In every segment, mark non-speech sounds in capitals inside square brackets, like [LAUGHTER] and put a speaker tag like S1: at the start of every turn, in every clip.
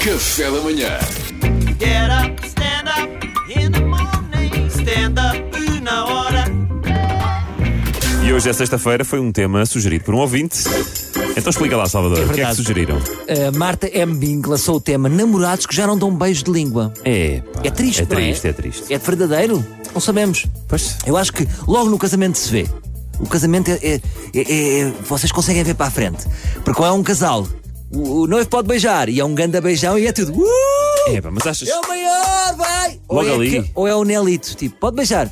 S1: Café da manhã.
S2: Get up, stand up in the morning. Stand up na hora.
S3: E hoje é sexta-feira, foi um tema sugerido por um ouvinte. Então explica lá, Salvador, o que é que
S4: verdade.
S3: sugeriram?
S4: A Marta M. Bing lançou o tema Namorados que já não dão beijo de língua.
S3: É,
S4: É triste,
S3: É
S4: não é?
S3: triste, é triste.
S4: É de verdadeiro? Não sabemos.
S3: Pois.
S4: Eu acho que logo no casamento se vê. O casamento é. é- é- é- vocês conseguem ver para a frente. Porque quando é um casal, o, o noivo pode beijar e é um ganda beijão e é tudo. "Uh,
S3: É, pá, mas achas.
S4: é o maior, vai! Ou
S3: Logo
S4: é
S3: ali.
S4: que- ou é o Nelito, tipo, pode beijar.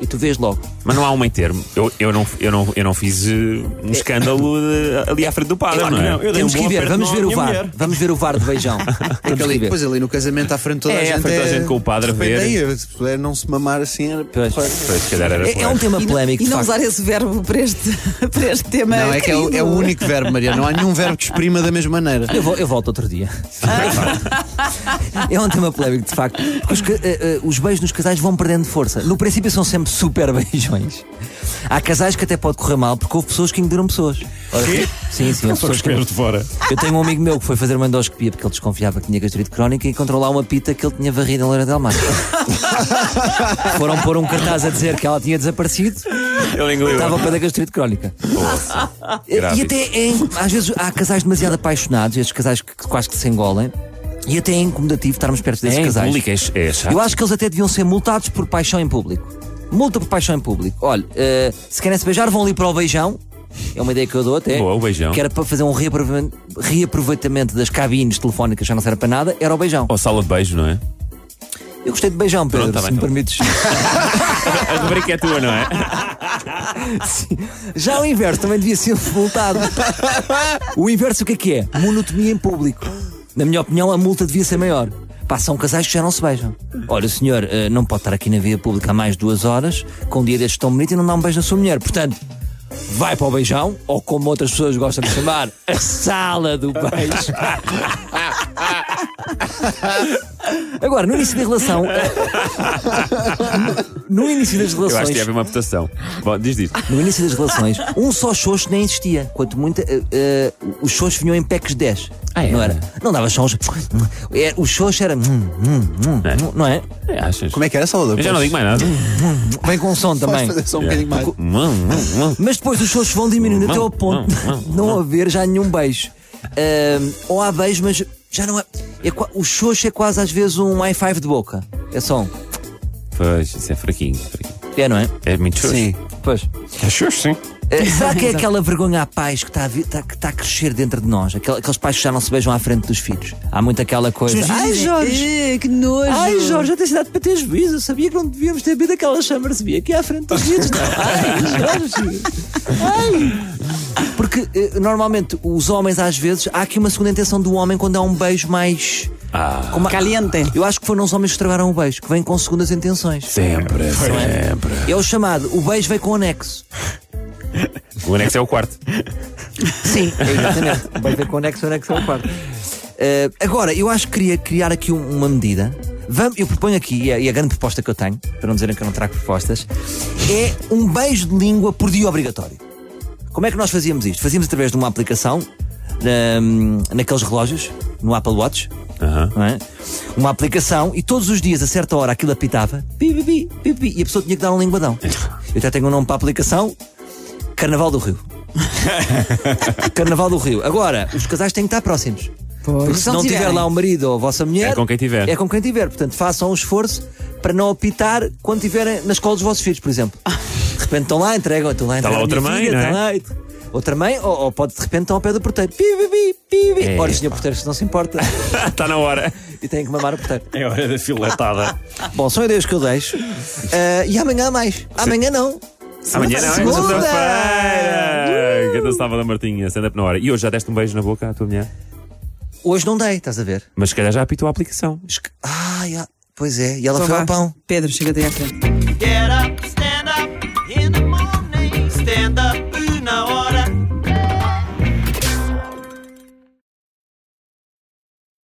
S4: E tu vês logo.
S3: Mas não há um meio termo. Eu, eu, não, eu, não, eu não fiz eh, um escândalo eh, ali à frente do padre,
S4: Claro
S3: não é?
S4: que não, Temos que ir ver, vamos ver o VAR.
S5: mulher.
S4: Vamos ver o VAR
S3: [LAUGHS]
S4: de beijão. Tem que ali ver.
S5: Pois ali no casamento à frente de toda
S3: É,
S5: a
S3: à
S5: gente.
S3: frente de toda a gente com o padre a
S5: de repente
S3: ver.
S5: aí, se puder não se mamar assim. era-
S3: Pois, se calhar era
S4: É, é um tema polémico.
S6: E
S4: de
S6: não
S4: facto.
S6: usar esse verbo para este, para este tema.
S5: Não, é que é o, é o
S6: querido.
S5: único verbo, Maria. Não há nenhum verbo que exprima da mesma maneira.
S4: Eu, vol- eu volto outro dia. é um tema polémico, de facto. Porque os, ca- eh, eh, os beijos nos casais vão perdendo força. No princípio são sempre super beijões. Há casais que até pode correr mal porque houve pessoas que engoliram pessoas. Sim, sim, sim houve pessoas que.
S3: de fora.
S4: Eu tenho um amigo meu que foi fazer uma endoscopia porque ele desconfiava que tinha gastrite crónica e encontrou lá uma pita que ele tinha varrido em Loura del Mar. Foram pôr um cartaz a dizer que ela tinha desaparecido
S3: Ele engoliu.
S4: Estava ao pé da gastrite crónica. E
S3: grave.
S4: até é, às vezes há casais demasiado apaixonados, estes casais que quase que se engolem, e até é incomodativo estarmos perto desses
S3: É,
S4: casais.
S3: público, é, é chato.
S4: Eu acho que eles até deviam ser multados por paixão em público. Multa por paixão em público. Olha, eh, se querem se beijar, vão ali para o beijão. É uma ideia que eu dou até.
S3: Boa, o beijão.
S4: Que era para fazer um reaprove- reaproveitamento das cabines telefónicas, já não serve para nada, era o beijão.
S3: Ou sala de beijo, não é?
S4: Eu gostei de beijão, Pedro,
S3: Pronto, tá
S4: se
S3: bem,
S4: me
S3: tá bem.
S4: permites.
S3: A rubrica é tua, não é?
S4: Já o inverso também devia ser multado. [LAUGHS] O inverso o que é que é? Monotonia em público. Na minha opinião, a multa devia ser maior. Pá, são casais que já não se beijam. Olha, o senhor eh, não pode estar aqui na via pública há mais de duas horas, com um dia destes tão bonito e não dá um beijo na sua mulher. Portanto, vai para o beijão, ou como outras pessoas gostam de chamar, a sala do [LAUGHS] beijo. Agora, no início da [LAUGHS] relação. eh, No início das relações.
S3: Eu acho que ia haver uma votação. Bom, diz, diz.
S4: No início das relações, um só xoxo nem existia. Quanto muito, eh, eh, os xoxos vinham em packs de 10.
S3: Ah, é?
S4: Não era? Não dava só uns. Era- O xoxo era. hum, hum, hum,
S3: É.
S4: hum, Não é?
S3: É, achas?
S5: Como é que era, Salvador?
S3: Eu já não digo mais nada.
S4: Vem com som também.
S5: Podes fazer só um bocadinho mais.
S3: Hum, hum, hum.
S4: Mas depois os xoxos vão diminuindo
S3: Não,
S4: até ao ponto
S3: não,
S4: de não haver já nenhum beijo. Ahm, ou há beijo, mas já não é. é qua- o xoxo é quase às vezes um high five de boca. É só um.
S3: Pois, isso é fraquinho. fraquinho.
S4: É, não é?
S3: É muito xoxo.
S5: Sim.
S4: Pois.
S3: É xoxo, sim.
S4: Eh, Será que é aquela vergonha à paz que está a, vi- está- que está a crescer dentro de nós? Aquela- Aqueles pais que já não se beijam à frente dos filhos. Há muito aquela coisa. Ai, Jorge!
S6: Eh, que nojo.
S4: Ai, Jorge, eu tenho cidade para teres bebido. Eu sabia que não devíamos ter bebido aquela chamarcebia aqui à frente dos filhos. não.
S6: [LAUGHS]
S4: é? Ai, Jorge! Ai! Porque eh, normalmente os homens, às vezes, há aqui uma segunda intenção do homem quando há um beijo mais.
S3: Ah.
S4: com uma-
S6: Caliente.
S4: Eu acho que foram os homens que estragaram o beijo, que vêm com segundas intenções.
S3: Sempre, sempre.
S4: É o chamado, o beijo vem com o anexo.
S3: O anexo é o [LAUGHS] quarto.
S4: Sim, [LAUGHS] exatamente. Vai ver conexo, anexo ao quarto. Eh, agora, eu acho que queria criar aqui um- uma medida. Vamos, eu proponho aqui, e é a, e a grande proposta que eu tenho, para não dizerem que eu não trago propostas, é um beijo de língua por dia obrigatório. Como é que nós fazíamos isto? Fazíamos através de uma aplicação, na- naqueles relógios, no Apple Watch,
S3: Aham.
S4: não é? uma aplicação, e todos os dias, a certa hora, aquilo apitava, pi, pi, pi, pi, pi, e a pessoa tinha que dar um linguadão.
S3: É.
S4: Eu até tenho um nome para a aplicação, Carnaval
S3: [LAUGHS]
S4: do Rio. Carnaval do Rio. Agora, os casais têm que estar próximos. Porque se
S6: não
S4: não tiver
S6: tiverem.
S4: lá o marido ou a vossa mulher.
S3: É com quem tiver.
S4: É com quem tiver. Portanto, façam um esforço para não apitar quando tiverem na escola dos vossos filhos,
S3: [LAUGHS]
S4: por exemplo. De repente estão lá, entregam, estão lá,
S3: Está
S4: entregam.
S3: lá
S4: a minha
S3: outra mãe,
S4: filha,
S3: não é?
S4: está lá e- Outra mãe, ou, ou pode de repente estar ao pé do porteiro. Pi, pi, pi, pi, pi.
S3: É,
S4: Ora, senhor porteiro, se não se importa.
S3: Está Tá na hora.
S4: e têm que mamar o porteiro.
S3: É hora da filetada.
S4: Bom, são ideias que eu deixo. Ah, e amanhã há mais. Amanhã não.
S3: Amanhã não, é
S4: Segunda!
S3: sexta-feira. Canta Sábado Martinha, stand-up na hora. E hoje já deste um beijo na boca à tua mulher?
S4: Hoje não dei, estás a ver?
S3: Mas se calhar já apitou a aplicação.
S4: Esque- Ah, já- pois é. E ela
S6: Então
S4: foi
S6: vá.
S4: ao pão.
S6: Pedro, chega-te à frente.
S2: Get up, stand up in the morning. Stand up